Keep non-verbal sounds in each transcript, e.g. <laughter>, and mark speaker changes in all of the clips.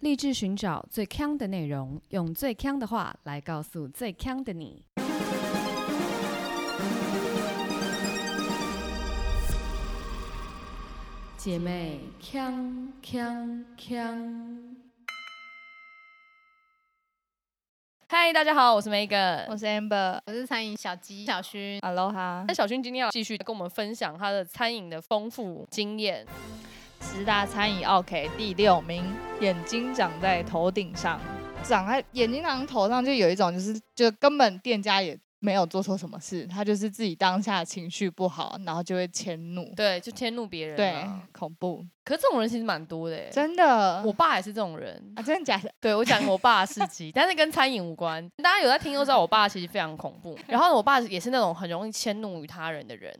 Speaker 1: 立志寻找最强的内容，用最强的话来告诉最强的你。姐妹，强强强！嗨，大家好，我是 Megan，
Speaker 2: 我是 Amber，我是餐饮小鸡小薰，Aloha，
Speaker 1: 那小薰今天要继续跟我们分享他的餐饮的丰富经验。
Speaker 2: 十大餐饮 OK 第六名，眼睛长在头顶上，长在眼睛长头上就有一种就是就根本店家也没有做错什么事，他就是自己当下情绪不好，然后就会迁怒，
Speaker 1: 对，就迁怒别人、啊
Speaker 2: 对，恐怖，
Speaker 1: 可是这种人其实蛮多的耶。欸
Speaker 2: 真的，
Speaker 1: 我爸也是这种人。
Speaker 2: 啊真的假的？
Speaker 1: 对我讲我爸的事迹，但是跟餐饮无关。大家有在听都知道，我爸其实非常恐怖。然后呢，我爸也是那种很容易迁怒于他人的人。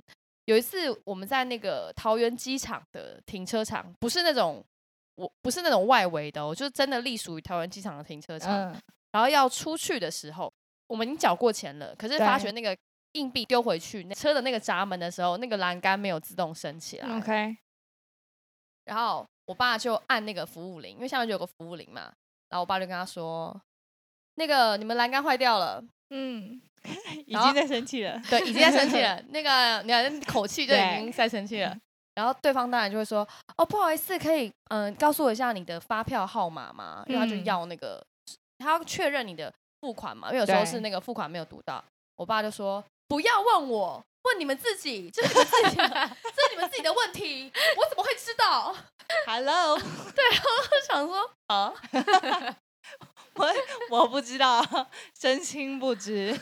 Speaker 1: 有一次我们在那个桃园机场的停车场，不是那种我不是那种外围的、哦，就是真的隶属于桃园机场的停车场。
Speaker 2: 嗯，
Speaker 1: 然后要出去的时候，我们已经缴过钱了，可是
Speaker 2: 对
Speaker 1: 发觉那个硬币丢回去那车的那个闸门的时候，那个栏杆没有自动升起来。
Speaker 2: 嗯 OK，
Speaker 1: 然后我爸就按那个服务铃，因为下面就有个服务铃嘛。然后我爸就跟他说：“那个你们栏杆坏掉了，
Speaker 2: 嗯，已
Speaker 1: 然后
Speaker 2: 经在生气了，
Speaker 1: 对，已经在生气
Speaker 2: <laughs>
Speaker 1: 了。那个你看口气就已经在生气了。”然后对方当然就会说：“哦，不好意思，可以嗯、呃告诉我一下你的发票号码吗？”因为他就
Speaker 2: 嗯
Speaker 1: 要那个，他要确认你的付款嘛，因为有时候
Speaker 2: 对
Speaker 1: 是那个付款没有读到。我爸就说：“不要问我，问你们自己，这是你们自
Speaker 2: <laughs>
Speaker 1: 己，这是你们自己的问题，我怎么会知道？” <laughs>
Speaker 2: Hello，
Speaker 1: 我就想说啊。
Speaker 2: 我我不知道，真心不知。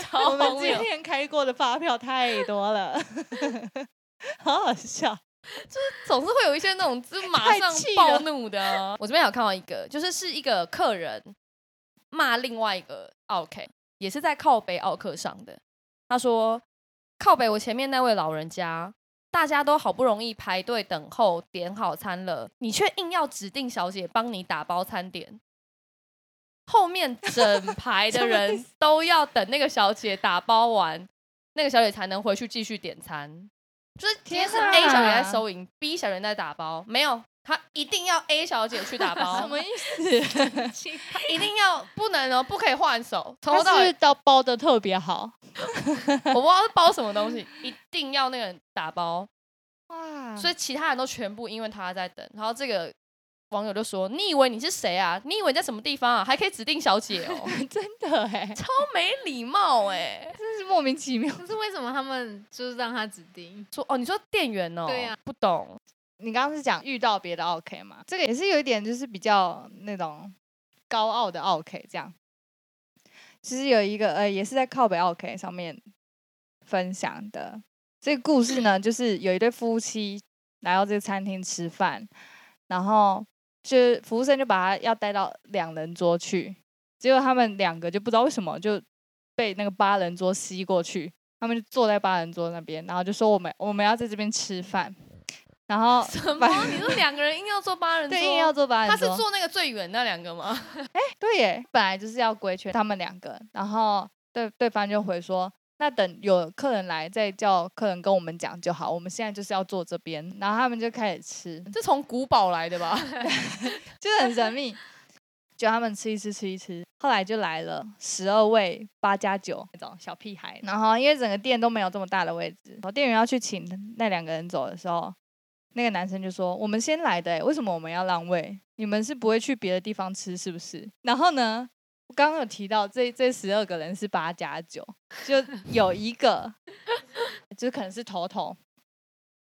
Speaker 1: 超荒
Speaker 2: 我们今
Speaker 1: 谬，
Speaker 2: 天开过的发票太多 <laughs> 了，好好笑。
Speaker 1: <laughs> 总是会有一些那种就是马
Speaker 2: 太
Speaker 1: 上
Speaker 2: 气
Speaker 1: 暴
Speaker 2: 了
Speaker 1: 怒的啊、我这边有看到一个，就是是一个客人骂另外一个奥 K，也是在靠北奥克上的。他说：“靠北，我前面那位老人家，大家都好不容易排队等候点好餐了，你却硬要指定小姐帮你打包餐点。”后面整排
Speaker 2: 什
Speaker 1: 的
Speaker 2: 么 <laughs> 意
Speaker 1: 人都要等那个小姐打包完，那个小姐才能回去继续点餐。就是今天是
Speaker 2: 天
Speaker 1: A 小姐在
Speaker 2: 啊
Speaker 1: 收银，B 小姐在打包，没有，她一定要 A 小姐去打
Speaker 2: <laughs>
Speaker 1: 包，
Speaker 2: 意思？
Speaker 1: <laughs> 她一定要不能哦，不可以换手，从
Speaker 2: 他
Speaker 1: 头
Speaker 2: 是
Speaker 1: 到
Speaker 2: 不
Speaker 1: 尾
Speaker 2: 是都包的特别好？
Speaker 1: 我不知道是包什么东西，一定要那个人打包，
Speaker 2: 哇
Speaker 1: 所以其他人都全部因为她在等，然后这个。网友就说：“你以为你是谁啊？你以为你在什么地方啊？还可以指定小姐哦， <laughs>
Speaker 2: 以真的哎、
Speaker 1: 超没礼貌哎、
Speaker 2: 真是莫名其妙。
Speaker 3: 可是为什么他们就是让他指定？ <laughs>
Speaker 1: 说哦，你说店员哦，
Speaker 3: 对啊
Speaker 1: 不懂，
Speaker 2: 你刚刚是讲遇到别的 OK 嘛？这个也是有一点就是比较那种高傲的 OK 这样。其实有一个呃，也是在靠北 OK 上面分享的这个故事呢，就是有一对夫妻来到这个餐厅吃饭，然后就是服务生就把他要带到两人桌去，结果他们两个就不知道为什么就被那个八人桌吸过去，他们就坐在八人桌那边，然后就说我们我们要在这边吃饭，然后
Speaker 1: 什么
Speaker 2: 把？
Speaker 1: 啊你说两个人硬要做八人桌，
Speaker 2: 对，硬要坐八人
Speaker 1: 他是
Speaker 2: 桌
Speaker 1: 坐那个最远那两个吗？ <laughs>
Speaker 2: 对耶，本来就是要规劝他们两个，然后对对方就回说，那等有客人来再叫客人跟我们讲就好，我们现在就是要坐这边，然后他们就开始吃，
Speaker 1: 这从古堡来的吧？
Speaker 2: 就是很神秘。就他们吃一吃吃一吃，后来就来了十二位八加九那种小屁孩，然后因为整个店都没有这么大的位置，然后店员要去请那两个人走的时候，那个男生就说：“我们先来的、欸，为什么我们要让位？你们是不会去别的地方吃是不是？”然后呢，我刚刚有提到这这十二个人是八加九，就有一个 <laughs> 就是可能是头头。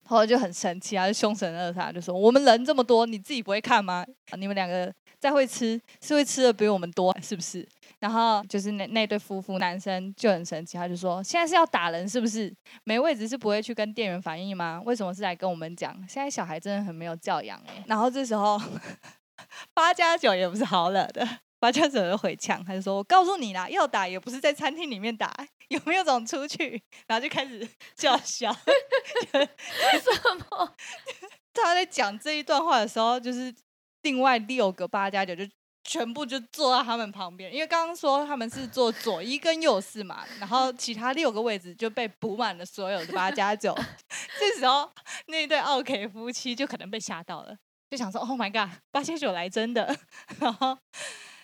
Speaker 2: 头头就很生气啊，就凶神恶煞，就说我们人这么多，你自己不会看吗？啊你们两个再会吃，是会吃的比我们多，是不是？然后就是那那对夫妇，男生就很生气，他就说：“现在是要打人是不是？没位置是不会去跟店员反映吗？为什么是来跟我们讲？现在小孩真的很没有教养哎、然后这时候八加九也不是好惹的，八加九就回呛，他就说：“我告诉你啦，要打也不是在餐厅里面打，有没有种出去？”然后就开始 <laughs> 叫嚣。
Speaker 1: 什么？
Speaker 2: 他在讲这一段话的时候，就是另外六个八加九就全部就坐到他们旁边，因为刚刚说他们是坐左一跟右四嘛，然后其他六个位置就被补满了 <laughs> 所有的八加九。这时候那一对奥 K 夫妻就可能被吓到了，就想说 Oh my god，八加九来真的， <laughs> 然后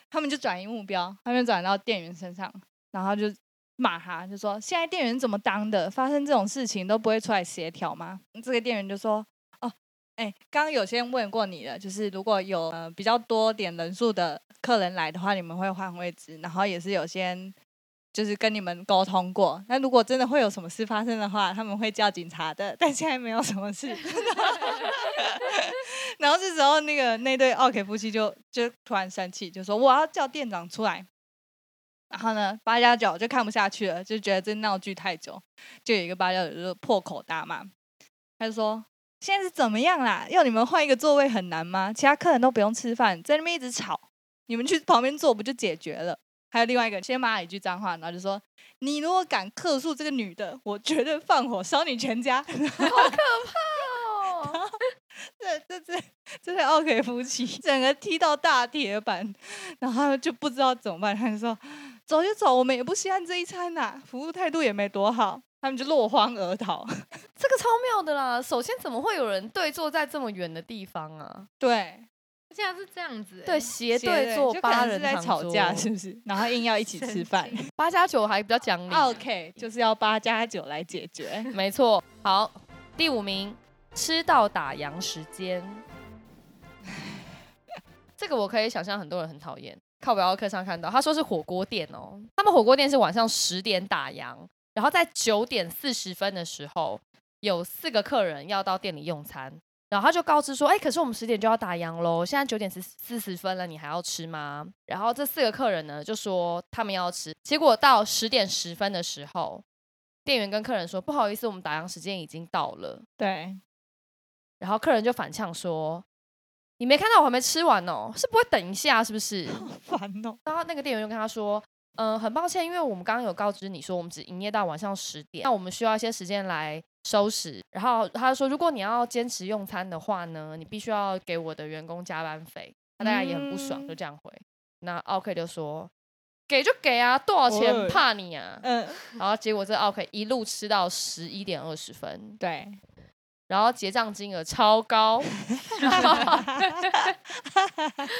Speaker 2: 他们就转移目标，他们就转到店员身上，然后就骂他，就说现在店员怎么当的？发生这种事情都不会出来协调吗？这个店员就说。哦，哎，刚刚有先问过你了，就是如果有呃比较多点人数的客人来的话，你们会换位置，然后也是有先就是跟你们沟通过。那如果真的会有什么事发生的话，他们会叫警察的。但现在没有什么事。 <laughs> 然后这时候那个那对奥 K 夫妻就就突然生气，就说我要叫店长出来。然后呢，八加九就看不下去了，就觉得这闹剧太久，就有一个八加九就破口大骂，他就说：“现在是怎么样啦？要你们换一个座位很难吗？其他客人都不用吃饭，在那边一直吵，你们去旁边坐不就解决了？”还有另外一个人先骂了一句脏话，然后就说：“你如果敢客诉这个女的，我绝对放火烧你全家。 <laughs>
Speaker 1: 哦， <laughs>
Speaker 2: 这”这这这对奥 K 夫妻 <laughs> 整个踢到大铁板， <laughs> 然后他们就不知道怎么办，他就说：“走就走，我们也不稀罕这一餐呐、服务态度也没多好。” <laughs> 他们就落荒而逃。 <laughs>
Speaker 1: 这个超妙的啦！首先，怎么会有人对坐在这么远的地方啊？
Speaker 2: 对，
Speaker 3: 而且还是这样子欸、
Speaker 1: 对，斜
Speaker 2: 斜对
Speaker 1: 对坐
Speaker 2: 就可
Speaker 1: 八人
Speaker 2: 能是在
Speaker 1: 堂
Speaker 2: 吵架，
Speaker 1: 桌
Speaker 2: 是不是？然后硬要一起吃
Speaker 1: <laughs>
Speaker 2: 饭。
Speaker 1: 八加九还比较讲理。
Speaker 2: OK，就是要八加九来解决。
Speaker 1: 没错，好，第五名，吃到打烊时间。 <laughs> 这个我可以想象很多人很讨厌。靠北奥课上看到，他说是火锅店哦，他们火锅店是晚上十点打烊，然后在九点四十分的时候，有四个客人要到店里用餐，然后他就告知说，哎、可是我们十点就要打烊喽，现在九点四四十分了，你还要吃吗？然后这四个客人呢就说他们要吃，结果到十点十分的时候，店员跟客人说：“不好意思，我们打烊时间已经到了。
Speaker 2: 对，”
Speaker 1: 然后客人就反呛说：“你没看到我还没吃完哦，是不会等一下是不是
Speaker 2: <laughs> 烦 <laughs> 哦。？”
Speaker 1: 然后那个店员就跟他说：“嗯、很抱歉，因为我们刚刚有告知你说我们只营业到晚上十点，那我们需要一些时间来收拾。”然后他说：“如果你要坚持用餐的话呢，你必须要给我的员工加班费。”他大概也很不爽，
Speaker 2: 嗯
Speaker 1: 就这样回。那奥 K 就说：“给就给啊，多少钱
Speaker 2: 喂
Speaker 1: 怕你啊？”
Speaker 2: 嗯，
Speaker 1: 然后结果这奥 K 一路吃到十一点二十分，
Speaker 2: 对，
Speaker 1: 然后结账金额超高， <laughs> 然后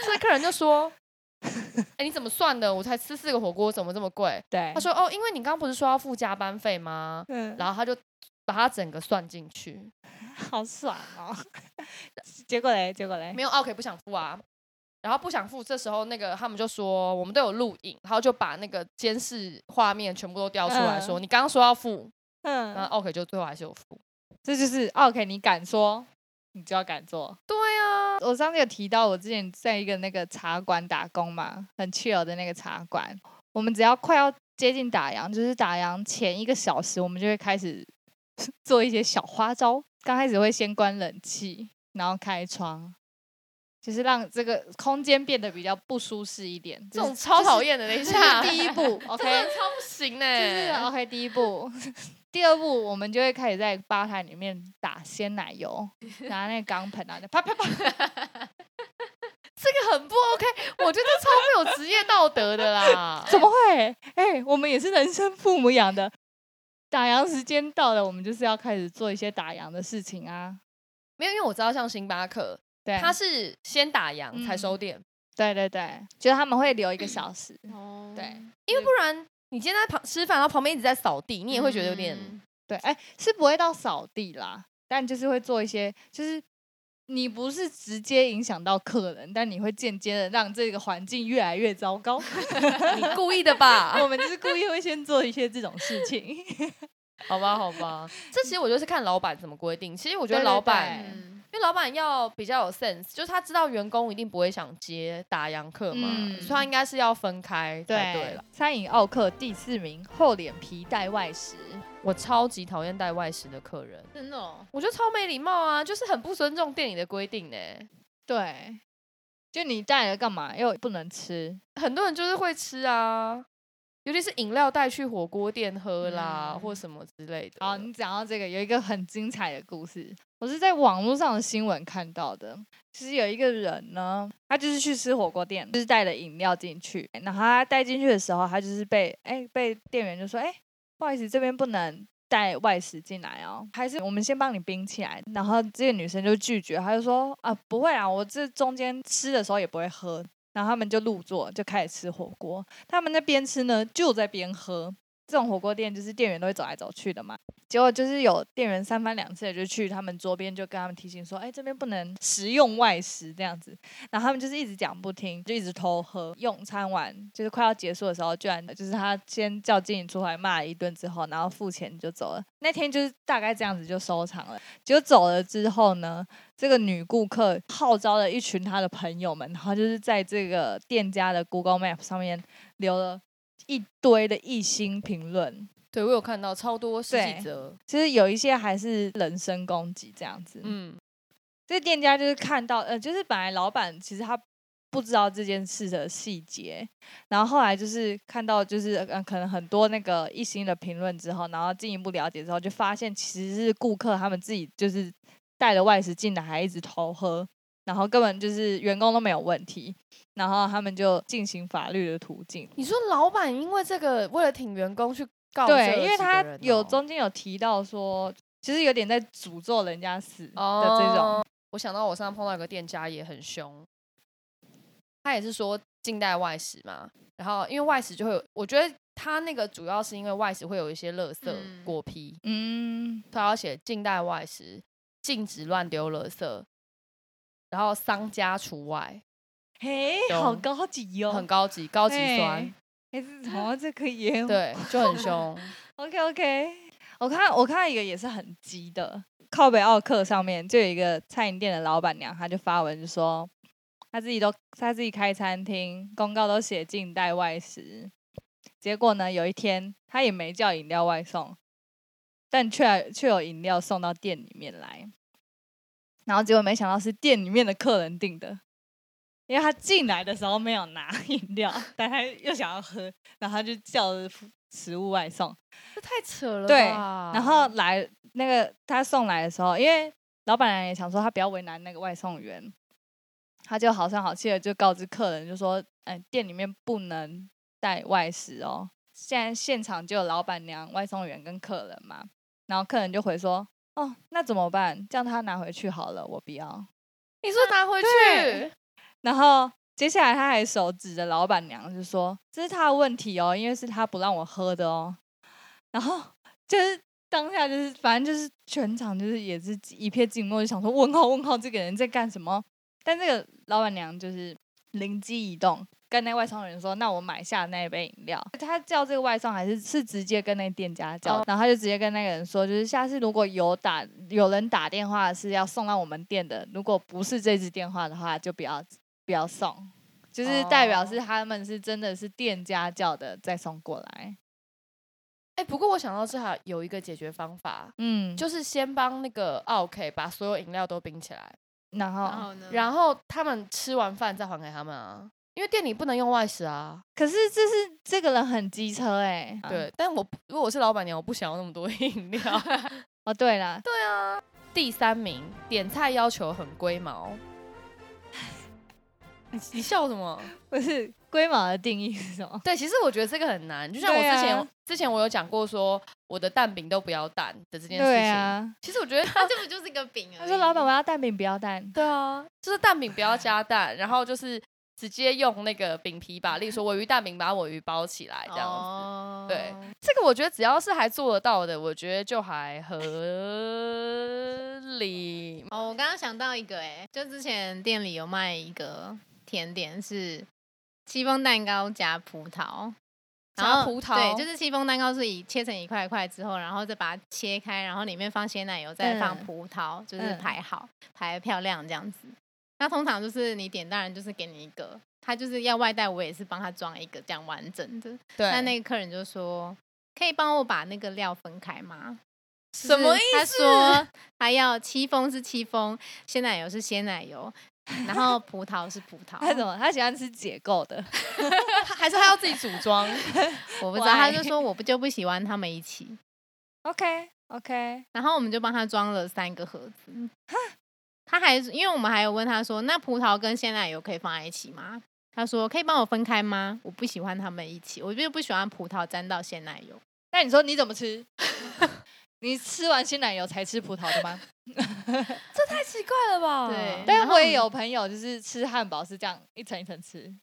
Speaker 1: 这客人就说：“哎、你怎么算的？我才吃四个火锅，怎么这么贵
Speaker 2: 对？”
Speaker 1: 他，说：“哦，因为你刚刚不是说要付加班费吗？”
Speaker 2: 嗯，
Speaker 1: 然后他就把它整个算进去，
Speaker 2: 好爽哦。 <laughs> 结果嘞，结果嘞，
Speaker 1: 没有 OK 不想付啊。然后不想付，这时候那个他们就说我们都有录影，然后就把那个监视画面全部都调出来说、
Speaker 2: 嗯
Speaker 1: 你刚刚说要付，然
Speaker 2: 嗯，
Speaker 1: 后 OK 就最后还是有付。
Speaker 2: 这就是 OK，你敢说，你就要敢做。
Speaker 1: 对啊，
Speaker 2: 我上次有提到，我之前在一个那个茶馆打工嘛，很 chill 的那个茶馆。我们只要快要接近打烊，就是打烊前一个小时，我们就会开始 <laughs> 做一些小花招。刚开始会先关冷气，然后开窗，就是让这个空间变得比较不舒适一点。
Speaker 1: 这
Speaker 2: 这
Speaker 1: 种超讨厌的，啊等一
Speaker 2: 是
Speaker 1: 下，
Speaker 2: 第一
Speaker 1: <laughs>
Speaker 2: 步，OK，
Speaker 1: 超不行呢、
Speaker 2: 就是哦 OK 第一步， <laughs> 第二步我们就会开始在吧台里面打鲜奶油，拿那个钢盆啊，啪啪啪。。
Speaker 1: 这个很不 OK，我觉得超没有职业道德的啦
Speaker 2: 怎么会？哎、我们也是人生父母养的。打烊时间到了，我们就是要开始做一些打烊的事情啊。
Speaker 1: 没有，因为我知道像星巴克，
Speaker 2: 对，
Speaker 1: 它是先打烊
Speaker 2: 嗯
Speaker 1: 才收店，
Speaker 2: 对对对，嗯就是他们会留一个小时。
Speaker 3: 哦，
Speaker 2: 对
Speaker 1: 因为不然你今天在旁吃饭，然后旁边一直在扫地，你也会觉得有点。
Speaker 3: 嗯
Speaker 2: 对，哎、是不会到扫地啦，但就是会做一些，就是你不是直接影响到客人，但你会间接的让这个环境越来越糟 <laughs> 糕。嗯
Speaker 1: 你故意的吧？
Speaker 2: <laughs> 我们就是故意会先做一些这种事 <laughs> 情。
Speaker 1: 好吧，好吧，这其实我就是看老板怎么规定。其实我觉得
Speaker 2: 对对
Speaker 1: 老板，
Speaker 2: 对
Speaker 3: 嗯
Speaker 1: 因为老板要比较有 sense，就是他知道员工一定不会想接打烊课嘛，
Speaker 2: 嗯
Speaker 1: 所以他应该是要分开才对了。
Speaker 2: 餐饮奥克第四名，厚脸皮带外食。
Speaker 1: 我超级讨厌带外食的客人。
Speaker 3: 真的、哦，
Speaker 1: 我觉得超没礼貌啊，就是很不尊重店里的规定呢、
Speaker 2: 对，就你带来干嘛？又不能吃。
Speaker 1: 很多人就是会吃啊，尤其是饮料带去火锅店喝啦，
Speaker 3: 嗯
Speaker 1: 或什么之类的。
Speaker 2: 好，你讲到这个，有一个很精彩的故事，我是在网络上的新闻看到的。就是有一个人呢，他就是去吃火锅店，就是带了饮料进去，然后他带进去的时候，他就是被哎、被店员就说哎、不好意思，这边不能带外食进来哦，还是我们先帮你冰起来？然后这个女生就拒绝，她就说啊不会啊，我这中间吃的时候也不会喝。然后他们就入座，就开始吃火锅。他们那边吃呢，就在边喝。这种火锅店就是店员都会走来走去的嘛。结果就是有店员三番两次的就去他们桌边，就跟他们提醒说：“哎，这边不能食用外食这样子。”然后他们就是一直讲不听，就一直偷喝。用餐完就是快要结束的时候，居然就是他先叫经理出来骂了一顿之后，然后付钱就走了。那天就是大概这样子就收场了。结果走了之后呢，这个女顾客号召了一群她的朋友们，然后就是在这个店家的 Google Map 上面留了一堆的一星评论。
Speaker 1: 对我有看到超多十
Speaker 2: 对
Speaker 1: 几则，
Speaker 2: 其实有一些还是人身攻击这样子。
Speaker 1: 嗯，
Speaker 2: 这店家就是看到，呃，就是本来老板其实他不知道这件事的细节，然后后来就是看到就是呃可能很多那个一星的评论之后，然后进一步了解之后，就发现其实是顾客他们自己就是带了外食进来，还一直偷喝，然后根本就是员工都没有问题，然后他们就进行法律的途径。
Speaker 1: 你说老板因为这个为了挺员工去告这
Speaker 2: 对，因为
Speaker 1: 几个
Speaker 2: 他
Speaker 1: 人
Speaker 2: 有
Speaker 1: 哦
Speaker 2: 中间有提到说，其实有点在诅咒人家死的
Speaker 1: 哦
Speaker 2: 这种。
Speaker 1: 我想到我上次碰到一个店家也很凶，他也是说近代外食嘛，然后因为外食就会有，我觉得他那个主要是因为外食会有一些垃圾
Speaker 3: 嗯
Speaker 1: 果皮，
Speaker 2: 嗯，
Speaker 1: 他要写近代外食禁止乱丢垃圾，然后商家除外，
Speaker 2: 嘿，好
Speaker 1: 懂
Speaker 2: 高级哦哟、
Speaker 1: 很高级，高级
Speaker 2: 嘿
Speaker 1: 酸，
Speaker 2: 哎，这好像这可以耶。
Speaker 1: 对，就很 <laughs> 凶。
Speaker 2: ，OK OK。我看我看到一个也是很急的，靠北奥克上面就有一个餐饮店的老板娘，她就发文就说，她自己都她自己开餐厅，公告都写近代外食，结果呢有一天她也没叫饮料外送，但却却有饮料送到店里面来，然后结果没想到是店里面的客人订的，因为他进来的时候没有拿 <laughs> 饮料，但他又想要喝，然后他就叫了食物外送，
Speaker 1: 这太扯了
Speaker 2: 对
Speaker 1: 吧
Speaker 2: 然后来那个他送来的时候，因为老板娘也想说他不要为难那个外送员，他就好声好气的就告知客人，就说：“嗯、店里面不能带外食哦。”现在现场就有老板娘、外送员跟客人嘛，然后客人就回说：“哦，那怎么办？叫他拿回去好了，我不要。”
Speaker 1: 你说拿回
Speaker 2: 对
Speaker 1: 去，
Speaker 2: 然后接下来他还手指着老板娘就说：“这是他的问题哦，因为是他不让我喝的哦。”然后就是当下就是反正就是全场就是也是一片静默，就想说问号问号这个人在干什么？但这个老板娘就是灵机一动。跟那外送员说：“那我买下那一杯饮料。”他叫这个外送还是是直接跟那店家叫
Speaker 1: 哦
Speaker 2: 然后他就直接跟那个人说：“就是下次如果有打有人打电话是要送到我们店的，如果不是这支电话的话，就不要不要送，就是代表是
Speaker 1: 哦
Speaker 2: 他们是真的是店家叫的再送过来。
Speaker 1: 哎、不过我想到这还有一个解决方法，
Speaker 2: 嗯，就
Speaker 1: 就是先帮那个 OK 把所有饮料都冰起来，
Speaker 2: 然后
Speaker 3: 然后呢？
Speaker 1: 然后他们吃完饭再还给他们啊，因为店里不能用外食啊。
Speaker 2: 可是这是这个人很机车哎、啊
Speaker 1: 对，但我不如果我是老板娘，我不想要那么多饮料。
Speaker 2: 哦 <laughs> 对啊啦，
Speaker 1: 第三名，点菜要求很龟毛。 <laughs> 你你笑什么？
Speaker 2: <laughs> 不是龟毛的定义是什 <laughs> 么？
Speaker 1: 对，其实我觉得这个很难，就像我
Speaker 2: 对啊
Speaker 1: 之前、之前我有讲过说我的蛋饼都不要蛋的这件事情。
Speaker 2: 对啊，
Speaker 1: 其实我觉得
Speaker 3: 它这不就是一个饼而已？
Speaker 2: 他说老板我要蛋饼不要蛋，
Speaker 1: 对啊，就是蛋饼不要加蛋，然后就是直接用那个饼皮把，例如说尾鱼蛋饼把尾鱼包起来这样子。
Speaker 3: 哦
Speaker 1: 对，这个我觉得只要是还做得到的，我觉得就还合理。
Speaker 3: 哦，我刚刚想到一个、哎，就之前店里有卖一个甜点是戚风蛋糕加葡萄。然
Speaker 1: 加
Speaker 3: 后
Speaker 1: 葡萄
Speaker 3: 对，就是戚风蛋糕是以切成一块一块之后，然后再把它切开，然后里面放鲜奶油，再放
Speaker 2: 嗯
Speaker 3: 葡萄，就是
Speaker 2: 嗯
Speaker 3: 排好、排得漂亮这样子。那通常就是你点，当然就是给你一个，他就是要外带，我也是帮他装一个这样完整的。
Speaker 1: 对，
Speaker 3: 那那个客人就说：“可以帮我把那个料分开吗？”
Speaker 1: 什么意
Speaker 3: 他
Speaker 1: 思？
Speaker 3: 说他要戚风是戚风，鲜奶油是鲜奶油，然后葡萄是葡
Speaker 2: <laughs> 他怎
Speaker 3: 萄。
Speaker 2: 么他喜欢吃解构 <laughs> 的？
Speaker 1: 他还是他要自己组装？
Speaker 3: 我不知道，他就
Speaker 2: Why？
Speaker 3: 说我不就不喜欢他们一起。
Speaker 2: OK OK，
Speaker 3: 然后我们就帮他装了三个盒子。他还因为我们还有问他说，那葡萄跟鲜奶油可以放在一起吗？他说可以帮我分开吗？我不喜欢他们一起，我就不喜欢葡萄沾到鲜奶油。
Speaker 2: 那你说你怎么吃？ <laughs> 你吃完鲜奶油才吃葡萄的 <laughs> 吗？
Speaker 1: 这太奇怪了吧？
Speaker 3: 对
Speaker 2: 哦但啊
Speaker 3: 然
Speaker 2: 我
Speaker 3: 后
Speaker 2: 也
Speaker 3: 你
Speaker 2: 有朋友就是吃汉堡是这样一层一层吃，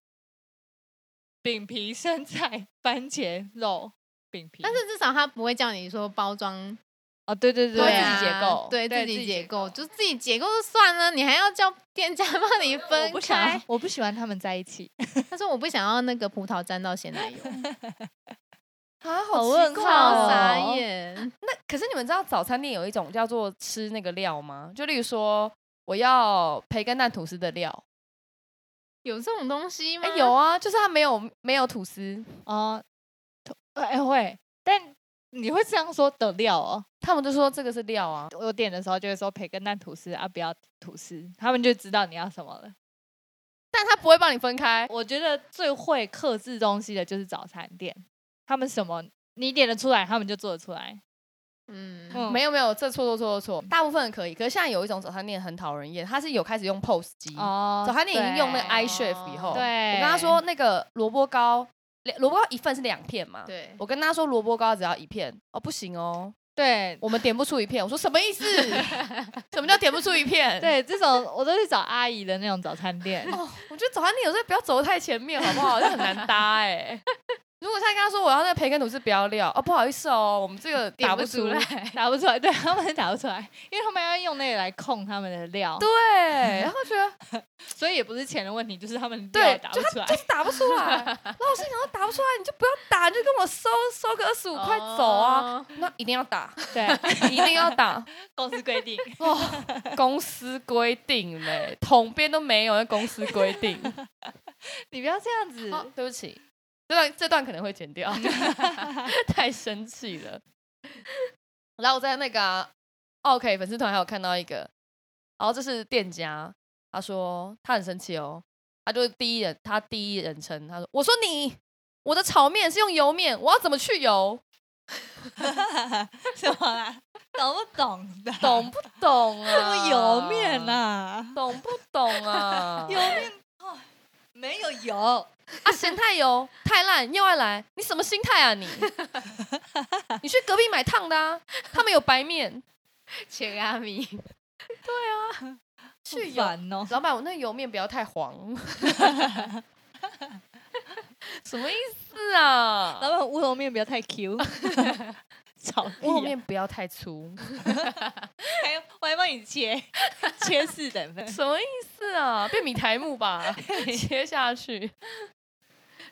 Speaker 2: 饼皮、生菜、 <laughs> 番茄、肉、饼皮。
Speaker 3: 但是至少他不会叫你说包装，
Speaker 2: 哦，对对对，
Speaker 3: 对
Speaker 2: 自
Speaker 3: 啊
Speaker 2: 己解构，
Speaker 3: 对
Speaker 2: 对
Speaker 3: 自己解构，就自己解构就算了，你还要叫店家帮你
Speaker 2: 我
Speaker 3: 分
Speaker 2: 不想要
Speaker 3: 开。，
Speaker 2: 我不喜欢他们在一起。
Speaker 3: 他说我不想要那个葡萄沾到鲜奶油，
Speaker 1: 啊，
Speaker 2: 好
Speaker 1: 好
Speaker 2: 问
Speaker 1: 奇怪
Speaker 2: 号
Speaker 3: 超
Speaker 1: 哦
Speaker 3: 傻
Speaker 2: 哦
Speaker 3: 眼。
Speaker 1: 可是你们知道早餐店有一种叫做吃那个料吗？就例如说我要培根蛋吐司的料，
Speaker 3: 有这种东西吗
Speaker 2: 嗯
Speaker 1: 哎、？有啊，就是它没有没有吐司，
Speaker 2: 哦，哎会，但你会这样说的料哦。
Speaker 1: 他们就说这个是料啊。
Speaker 2: 我点的时候就会说培根蛋吐司啊，不要吐司，他们就知道你要什么了。
Speaker 1: 但他不会帮你分开，
Speaker 2: 我觉得最会克制东西的就是早餐店，他们什么你点得出来，他们就做得出来。
Speaker 3: 嗯，
Speaker 2: 嗯
Speaker 1: 没有没有，这错错错错错，大部分可以。可是现在有一种早餐店很讨人厌，它是有开始用 POS 机，
Speaker 2: 哦
Speaker 1: 早餐店已经用那个
Speaker 2: 对
Speaker 1: iChef 以后，
Speaker 3: 哦
Speaker 1: 我
Speaker 2: 对，
Speaker 1: 跟他说那个萝卜糕，两萝卜糕一份是两片嘛，
Speaker 3: 对，
Speaker 1: 我跟他说萝卜糕只要一片，哦不行哦，
Speaker 2: 对
Speaker 1: 我们点不出一片，我说什么
Speaker 2: <laughs>
Speaker 1: 意思？什么叫点不出一片？，
Speaker 2: 对，这种我都去找阿姨的那种早餐店。
Speaker 1: 哦， <laughs> 我觉得早餐店有时候不要走得太前面，好不好？就很难搭哎、 <laughs> 如果现在跟他说我要那个培根吐司不要料，哦不好意思哦，我们这个
Speaker 3: 点
Speaker 1: 打
Speaker 3: 不
Speaker 1: 出
Speaker 3: 出来。
Speaker 2: 打不出来，对他们打不出来，因为他们要用那个来控他们的料，
Speaker 1: 对，然后觉 <laughs> 得
Speaker 2: 所以也不是钱的问题，就是他们
Speaker 1: 对
Speaker 2: 料打不出来。
Speaker 1: 就是打不出 <laughs> 来。然后我心想说打不出来，你就不要打，你就跟我收收个二十五块走啊。
Speaker 3: 哦！
Speaker 1: 那一定要打，
Speaker 2: 对，
Speaker 1: <laughs> 一定要打
Speaker 2: 公司规定。
Speaker 1: 哦！公司规定嘞，统编都没有，那公司规 <laughs> 定。
Speaker 2: 你不要这样子。
Speaker 1: 哦，对不起，这段这段可能会剪 <laughs> 掉，太生气了。然后我在那个、啊、OK 粉丝团还有看到一个，然后这是店家，他说他很生气哦，他就是第一人，他第一人称，他说我说你，我的炒面是用油面，我要怎么去油？
Speaker 2: <laughs> 什么啦？懂不懂的？
Speaker 1: 懂不懂
Speaker 2: <laughs>
Speaker 1: 啊？
Speaker 2: 不油面呐、
Speaker 1: 懂不懂啊
Speaker 2: 啊？？ <laughs> 油面哦， <laughs> 没有油。
Speaker 1: 啊，咸太油太烂又爱来，你什么心态啊 <laughs> 你？你去隔壁买烫的啊，他们有白面。
Speaker 3: 切阿米，
Speaker 1: 去油，
Speaker 2: 烦哦！
Speaker 1: 老板，我那油面不要太 <laughs> 黄。什么意思啊？
Speaker 2: 老板，乌龙面不要太 Q，炒
Speaker 1: 乌龙
Speaker 2: 屁啊
Speaker 1: 面不要太粗，
Speaker 2: 还我还帮你切， <laughs> 切四等份。
Speaker 1: <laughs> 什么意思啊？变米苔木吧， <laughs> 切下去。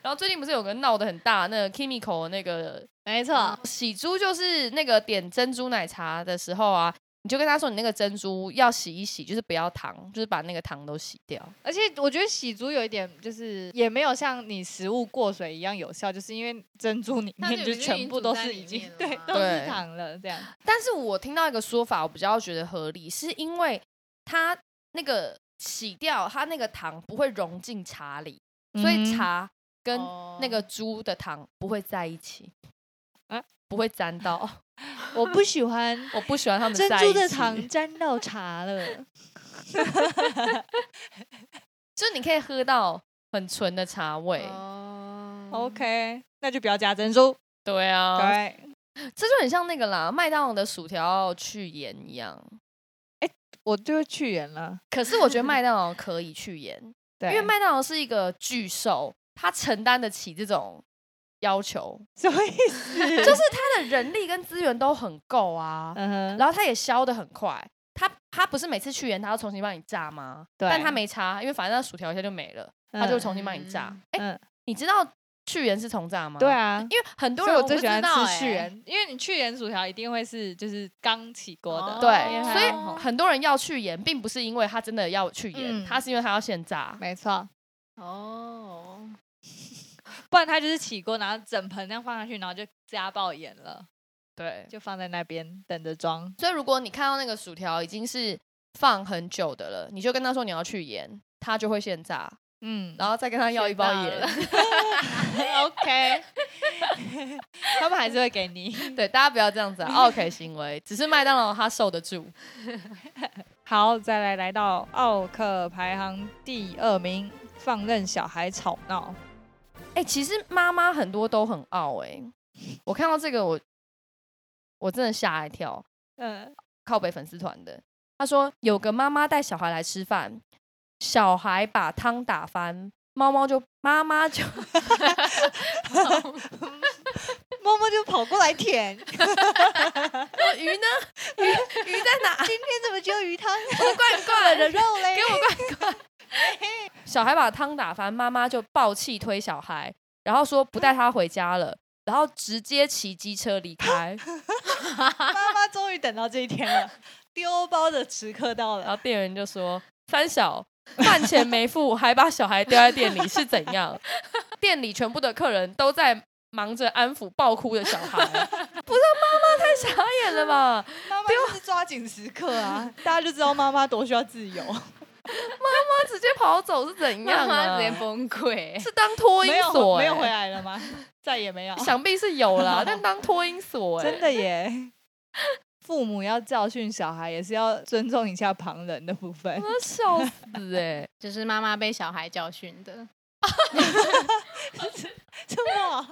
Speaker 1: 然后最近不是有个闹得很大，那个 Kimiko 的那个
Speaker 2: 没错，
Speaker 1: 嗯洗猪，就是那个点珍珠奶茶的时候啊，你就跟他说你那个珍珠要洗一洗，就是不要糖，就是把那个糖都洗掉。
Speaker 2: 而且我觉得洗足有一点就是也没有像你食物过水一样有效，就是因为珍珠里
Speaker 3: 它就
Speaker 2: 面就
Speaker 3: 已经
Speaker 2: 全部都
Speaker 3: 煮在
Speaker 2: 是
Speaker 3: 里
Speaker 2: 已经
Speaker 3: 面了
Speaker 2: 对
Speaker 3: 嘛
Speaker 2: 都是
Speaker 1: 对
Speaker 2: 糖了这样。
Speaker 1: 但是我听到一个说法，我比较觉得合理，是因为它那个洗掉它那个糖不会融进茶里，所以
Speaker 2: 嗯
Speaker 1: 茶跟
Speaker 3: 哦
Speaker 1: 那个猪的糖不会在一起，
Speaker 2: 啊
Speaker 1: 不会沾到。
Speaker 2: 我不喜欢
Speaker 1: <laughs> 我不喜欢他们
Speaker 2: 珍
Speaker 1: 在一
Speaker 2: 珠
Speaker 1: 起
Speaker 2: 的 <laughs> 糖，沾到茶 <laughs> 了。
Speaker 1: 就是你可以喝到很纯的茶味。
Speaker 3: 哦
Speaker 2: OK，那就不要加珍珠。
Speaker 1: 对啊，
Speaker 2: 对，
Speaker 1: 这就很像那个啦，麦当劳的薯条要去盐一样。
Speaker 2: 我就会去盐了。
Speaker 1: 可是
Speaker 2: <laughs>
Speaker 1: 我觉得麦当劳可以去盐，
Speaker 2: 对，
Speaker 1: 因
Speaker 2: <laughs>
Speaker 1: 为麦当劳是一个巨兽，它承担得起这种要求。
Speaker 2: 什么意思？
Speaker 1: 就是他的人力跟资源都很够啊，
Speaker 2: <laughs> 嗯哼，
Speaker 1: 然后他也消的很快。他他不是每次去盐他要重新帮你炸吗？
Speaker 2: 对
Speaker 1: 但他没差，因为反正那薯条一下就没了，他就重新帮你炸哎、
Speaker 3: 嗯。
Speaker 2: 嗯
Speaker 1: 你知道去盐是重炸吗？
Speaker 2: 对，啊，
Speaker 1: 因为很多
Speaker 2: 所以
Speaker 1: 人不
Speaker 2: 我最
Speaker 1: 知
Speaker 2: 喜欢
Speaker 1: 道
Speaker 3: 道
Speaker 2: 吃去
Speaker 3: 欸
Speaker 2: 盐，因为你去盐薯条一定会是就是刚起锅的，
Speaker 3: 哦
Speaker 1: 对，所
Speaker 2: 因为它
Speaker 1: 以很多人要去盐，并不是因为他真的要去盐，
Speaker 2: 嗯
Speaker 1: 他是因为他要现炸。
Speaker 2: 没错，
Speaker 3: 哦，
Speaker 2: 不然它就是起锅，然后整盆这样放下去，然后就加爆盐了，
Speaker 1: 对，
Speaker 2: 就放在那边等着装。
Speaker 1: 所以如果你看到那个薯条已经是放很久的了，你就跟他说你要去盐，他就会现炸，
Speaker 2: 嗯
Speaker 1: 然后再跟他要一包
Speaker 3: 学到
Speaker 1: 盐
Speaker 3: 了。
Speaker 1: <laughs>
Speaker 2: <laughs> ，OK，他们还是会给你。
Speaker 1: 对，大家不要这样 <laughs> 子啊，OK 行为，只是麦当劳它受得住。
Speaker 2: 好，再来来到奥克排行第二名，放任小孩吵闹。
Speaker 1: 哎、其实妈妈很多都很傲哎、我看到这个我我真的吓一跳。呃
Speaker 2: 嗯，
Speaker 1: 靠北粉丝团的，他说有个妈妈带小孩来吃饭，小孩把汤打翻，猫猫就妈妈就
Speaker 2: <laughs>
Speaker 1: <laughs>
Speaker 2: 默默就跑过
Speaker 1: <laughs>
Speaker 2: 来舔，今
Speaker 1: 鱼呢？鱼鱼在
Speaker 2: <laughs>
Speaker 1: 哪？
Speaker 2: 天怎么只有鱼汤？ <laughs>
Speaker 1: 怪怪的，
Speaker 2: 肉嘞
Speaker 1: 给我怪怪。小孩把汤打翻，妈妈就暴气推小孩，然后说不带他回家了，然后直接骑机车离开。
Speaker 2: <laughs> 妈妈终于等到这一天了，丢包的时刻到
Speaker 1: 然后
Speaker 2: 了。
Speaker 1: 店员就说：“三小饭钱没付，还把小孩丢在店里是怎样？店里全部的客人都在忙着安抚爆哭的小孩，不 <laughs> 是妈妈太傻眼了吧？
Speaker 2: 妈妈就是抓紧时刻啊， <laughs> 大家就知道妈妈多需要自由。
Speaker 1: 他直接跑走是怎
Speaker 3: 妈
Speaker 1: 样
Speaker 3: 妈
Speaker 1: 啊？ <laughs>
Speaker 3: 直接崩溃，
Speaker 1: 是当托音
Speaker 2: 没有
Speaker 1: 所、欸
Speaker 2: 回没有回，来了吗？ <laughs> 再也没有。
Speaker 1: 想必是有 <laughs> 啦，但当托音所、欸，
Speaker 2: 真
Speaker 1: <laughs>
Speaker 2: 的耶，父母要教训小孩，也是要尊重一下旁人的部分 <laughs>
Speaker 1: 我。要笑死哎、欸！
Speaker 3: <laughs> 就是妈妈被小孩教训的，
Speaker 2: 什么？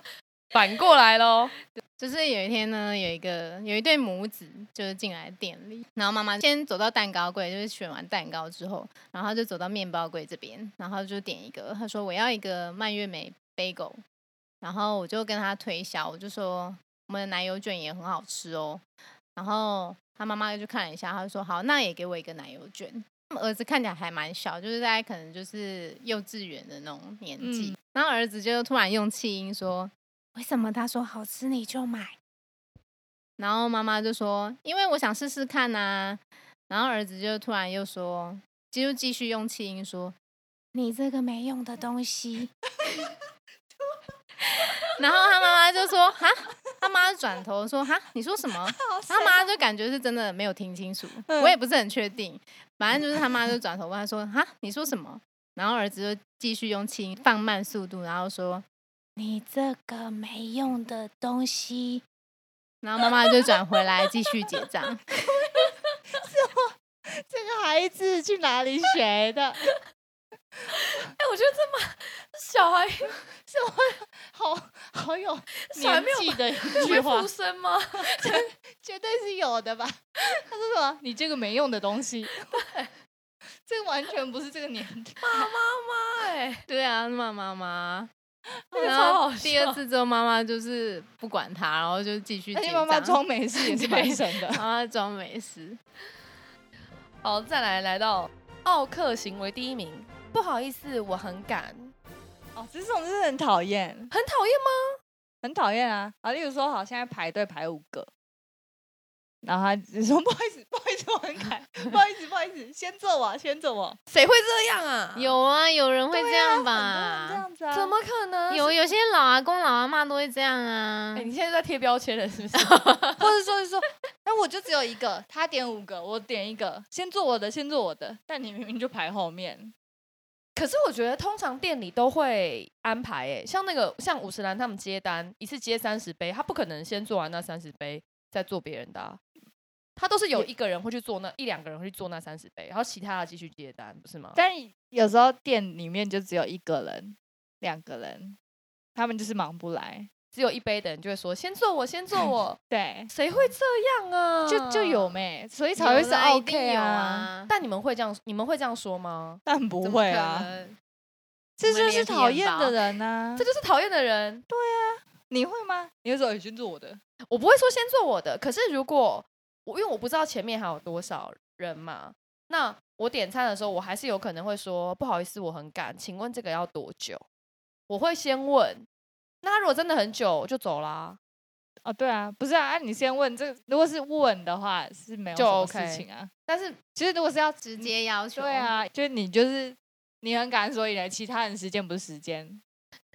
Speaker 1: 反过来喽，
Speaker 3: 就是有一天呢，有一个有一对母子就是进来店里，然后妈妈先走到蛋糕柜，就是选完蛋糕之后，然后她就走到面包柜这边，然后就点一个，她说我要一个蔓越莓 bagel，然后我就跟她推销，我就说我们的奶油卷也很好吃哦，然后她妈妈就看了一下，她就说好，那也给我一个奶油卷。儿子看起来还蛮小，就是大概可能就是幼稚园的那种年纪，
Speaker 2: 嗯
Speaker 3: 然后儿子就突然用气音说：“为什么他说好吃你就买？”然后妈妈就说：“因为我想试试看呐、然后儿子就突然又说，就继续用气音说：“你这个没用的东西。”然后他妈妈就说：“哈！”他妈就转头说：“哈，你说什么？”他妈就感觉是真的没有听清楚，
Speaker 2: 嗯
Speaker 3: 我也不是很确定。反正就是他妈就转头问他说：“哈，你说什么？”然后儿子就继续用气音放慢速度，然后说：“你这个没用的东西。”然后妈妈就转回来继续结账。 <laughs>
Speaker 2: 这个孩子去哪里学 <laughs> 的？
Speaker 1: 哎、我觉得这么小孩
Speaker 2: 好好有
Speaker 1: 小孩没有
Speaker 2: 的 <laughs> 一
Speaker 1: 会附身吗？
Speaker 2: 绝对是有的吧？ <laughs> 他说什么？你这个没用的东西。这个完全不是这个年代。
Speaker 1: 妈哎，
Speaker 3: 对啊，骂妈妈。
Speaker 1: 那个
Speaker 3: 然
Speaker 1: 超
Speaker 3: 后
Speaker 1: 好笑。
Speaker 3: 第二次之后，妈妈就是不管他，然后就继续
Speaker 2: 而
Speaker 3: 结
Speaker 2: 且
Speaker 3: 账。
Speaker 2: 妈妈装没事也是蛮
Speaker 3: 对
Speaker 2: 神 <laughs> 的。
Speaker 3: 妈妈啊装没事，
Speaker 1: 好，再来来到奥克行为第一名。不好意思，我很赶，
Speaker 2: 哦，这种真的很讨厌，
Speaker 1: 很讨厌吗？
Speaker 2: 很讨厌啊！啊，例如说，好，现在排队排五个，然后他只说不好意思， <laughs> 不好意思，我很赶，不好意思，不好意思，先坐我，先坐我。
Speaker 1: 谁会这样啊？
Speaker 3: 有啊，有人会
Speaker 2: 对
Speaker 3: 这
Speaker 2: 啊
Speaker 3: 样
Speaker 2: 很多人这
Speaker 3: 吧？
Speaker 2: 样子啊？
Speaker 1: 怎？么可能？
Speaker 3: 有有些老阿公、老阿妈都会这样啊
Speaker 1: 哎、。你现在在贴标签了是不是？ <laughs>
Speaker 2: 或者说是说，哎，我就只有一个，他点五个，我点一个，先坐我的，先坐我的。但你明明就排后面，
Speaker 1: 可是我觉得通常店里都会安排、哎，像那个像五十岚他们接单，一次接三十杯，他不可能先做完那三十杯再做别人的啊、他都是有一个人会去做那一两个人会去做那三十杯，然后其他的继续接单，不是吗？
Speaker 2: 但有时候店里面就只有一个人、两个人，他们就是忙不来。
Speaker 1: 只有一杯的人就会说先做我，先做我，
Speaker 2: 对，
Speaker 1: 谁会这样啊？
Speaker 2: 嗯就就有。没，所以
Speaker 3: 有
Speaker 2: 才会是
Speaker 3: 啦一定
Speaker 2: OK
Speaker 3: 有
Speaker 2: 啊。
Speaker 3: 啊，
Speaker 1: 但你们会这样，你们会这样说吗？
Speaker 2: 但不
Speaker 3: 怎么
Speaker 2: 会
Speaker 3: 可
Speaker 2: 啊，
Speaker 3: 能
Speaker 2: 这
Speaker 3: 我们
Speaker 2: 就是
Speaker 3: 脸皮
Speaker 2: 讨
Speaker 3: 很
Speaker 2: 厌
Speaker 3: 薄
Speaker 2: 的人呐、
Speaker 1: 这就是讨厌的人。
Speaker 2: 你会吗？你会说已经做我的，
Speaker 1: 我不会说先做我的，可是如果我因为我不知道前面还有多少人嘛，那我点餐的时候，我还是有可能会说不好意思，我很赶，请问这个要多久？我会先问。那他如果真的很久，我就走啦。
Speaker 2: 哦，对啊，不是啊，啊你先问这，如果是问的话是没有
Speaker 1: 就
Speaker 2: 什么
Speaker 1: OK
Speaker 2: 事情啊。
Speaker 1: 但是
Speaker 2: 其实如果是要
Speaker 3: 直，接要求。
Speaker 2: 对，啊，就是你就是你很敢说以来，其他人时间不是时间，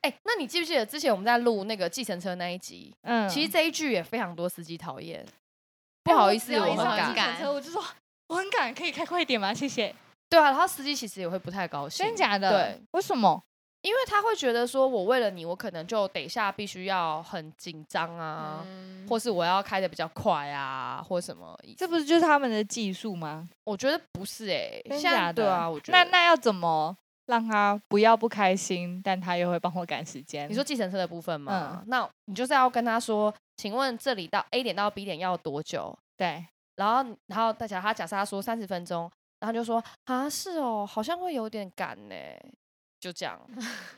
Speaker 1: 哎、那你记不记得之前我们在录那个计程车那一集？
Speaker 2: 嗯，
Speaker 1: 其实
Speaker 2: 哎
Speaker 1: 这一句也非常多司机讨厌。不好意思，
Speaker 2: 我
Speaker 1: 我
Speaker 2: 只要一
Speaker 1: 很
Speaker 2: 上
Speaker 3: 赶
Speaker 2: 计
Speaker 1: 赶。
Speaker 2: 程车我就说我很赶，可以开快一点吗？谢谢。
Speaker 1: 对啊，然后司机其实也会不太高兴。
Speaker 2: 真假的？
Speaker 1: 对，
Speaker 2: 为什么？
Speaker 1: 因为他会觉得说，我为了你，我可能就等一下必须要很紧张啊，
Speaker 3: 嗯
Speaker 1: 或是我要开的比较快啊，或什么。
Speaker 2: 这不是就是他们的技术吗？
Speaker 1: 我觉得不是哎、欸，
Speaker 2: 真
Speaker 1: 现在
Speaker 2: 假的？
Speaker 1: 对啊，我觉
Speaker 2: 那
Speaker 1: 得
Speaker 2: 那要怎么让他不要不开心，但他又会帮我赶时间？嗯
Speaker 1: 你说计程车的部分嘛，那你就是要跟他说，请问这里到 A 点到 B 点要多久？
Speaker 2: 对，
Speaker 1: 然后然后他假他假设他说三十分钟，然后就说啊是哦，好像会有点赶呢，就这
Speaker 2: <laughs>
Speaker 1: 样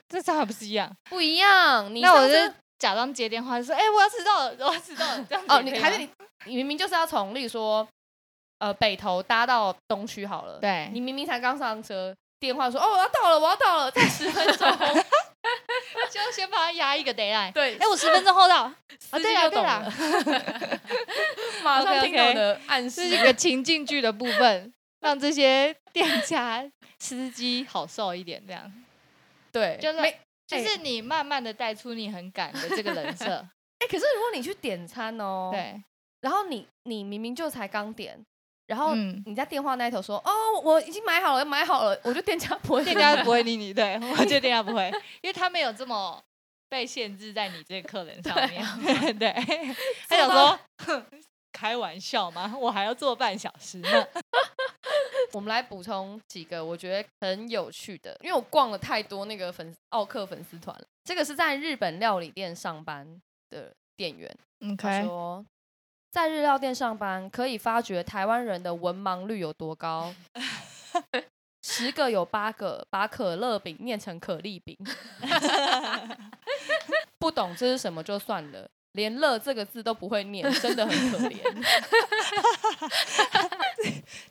Speaker 2: 这这还不是一样？
Speaker 1: 不一样。你
Speaker 2: 那我
Speaker 1: 上
Speaker 2: 就
Speaker 1: 次
Speaker 2: 假装接电话，就说：“哎、我要迟到了，我要迟到了。”这样子
Speaker 1: 哦，
Speaker 2: 也
Speaker 1: 你
Speaker 2: 可以
Speaker 1: 还是
Speaker 2: 吗
Speaker 1: 你你明明就是要从例如说呃北投搭到东区好了，
Speaker 2: 对
Speaker 1: 你明明才刚上车，电话说哦我要到了我要到了，再十分钟，
Speaker 2: 就先帮他压一个 d a y l i g h
Speaker 1: 对
Speaker 2: t 哎，我十分钟后到，哦
Speaker 1: 司
Speaker 2: 对
Speaker 1: 机
Speaker 2: 啦
Speaker 1: 就
Speaker 2: 对
Speaker 1: 懂
Speaker 2: 啦
Speaker 1: 了， <laughs> 马上听懂
Speaker 2: OK，OK
Speaker 1: 的暗
Speaker 2: 这是一
Speaker 1: 示。
Speaker 2: 个情境剧的部分，让这些店家、司机好受一点，这样
Speaker 1: 对，
Speaker 2: 就是
Speaker 1: 没
Speaker 2: 就是你慢慢的带出你很赶的这个人 <laughs> 设，
Speaker 1: 哎、可是如果你去点餐哦，，
Speaker 2: 对，
Speaker 1: 然后你你明明就才刚点，然后
Speaker 2: 嗯，
Speaker 1: 你在电话那一头说哦，我已经买好了，买好了，我就店家不会
Speaker 2: 店家不会理你，对我觉得店家不会，因为他没有这么被限制在你这个客人上面， <laughs> 对，他想说。哼开玩笑吗？我还要坐半小时呢。
Speaker 1: <laughs> 我们来补充几个我觉得很有趣的，因为我逛了太多那个粉丝奥克粉丝团了。这个是在日本料理店上班的店员，
Speaker 2: 嗯
Speaker 1: 他说在日料店上班可以发觉台湾人的文盲率有多高，十个有八个把可乐饼念成可丽饼， <laughs> 不懂这是什么就算了。连“乐”这个字都不会念，真的很可怜。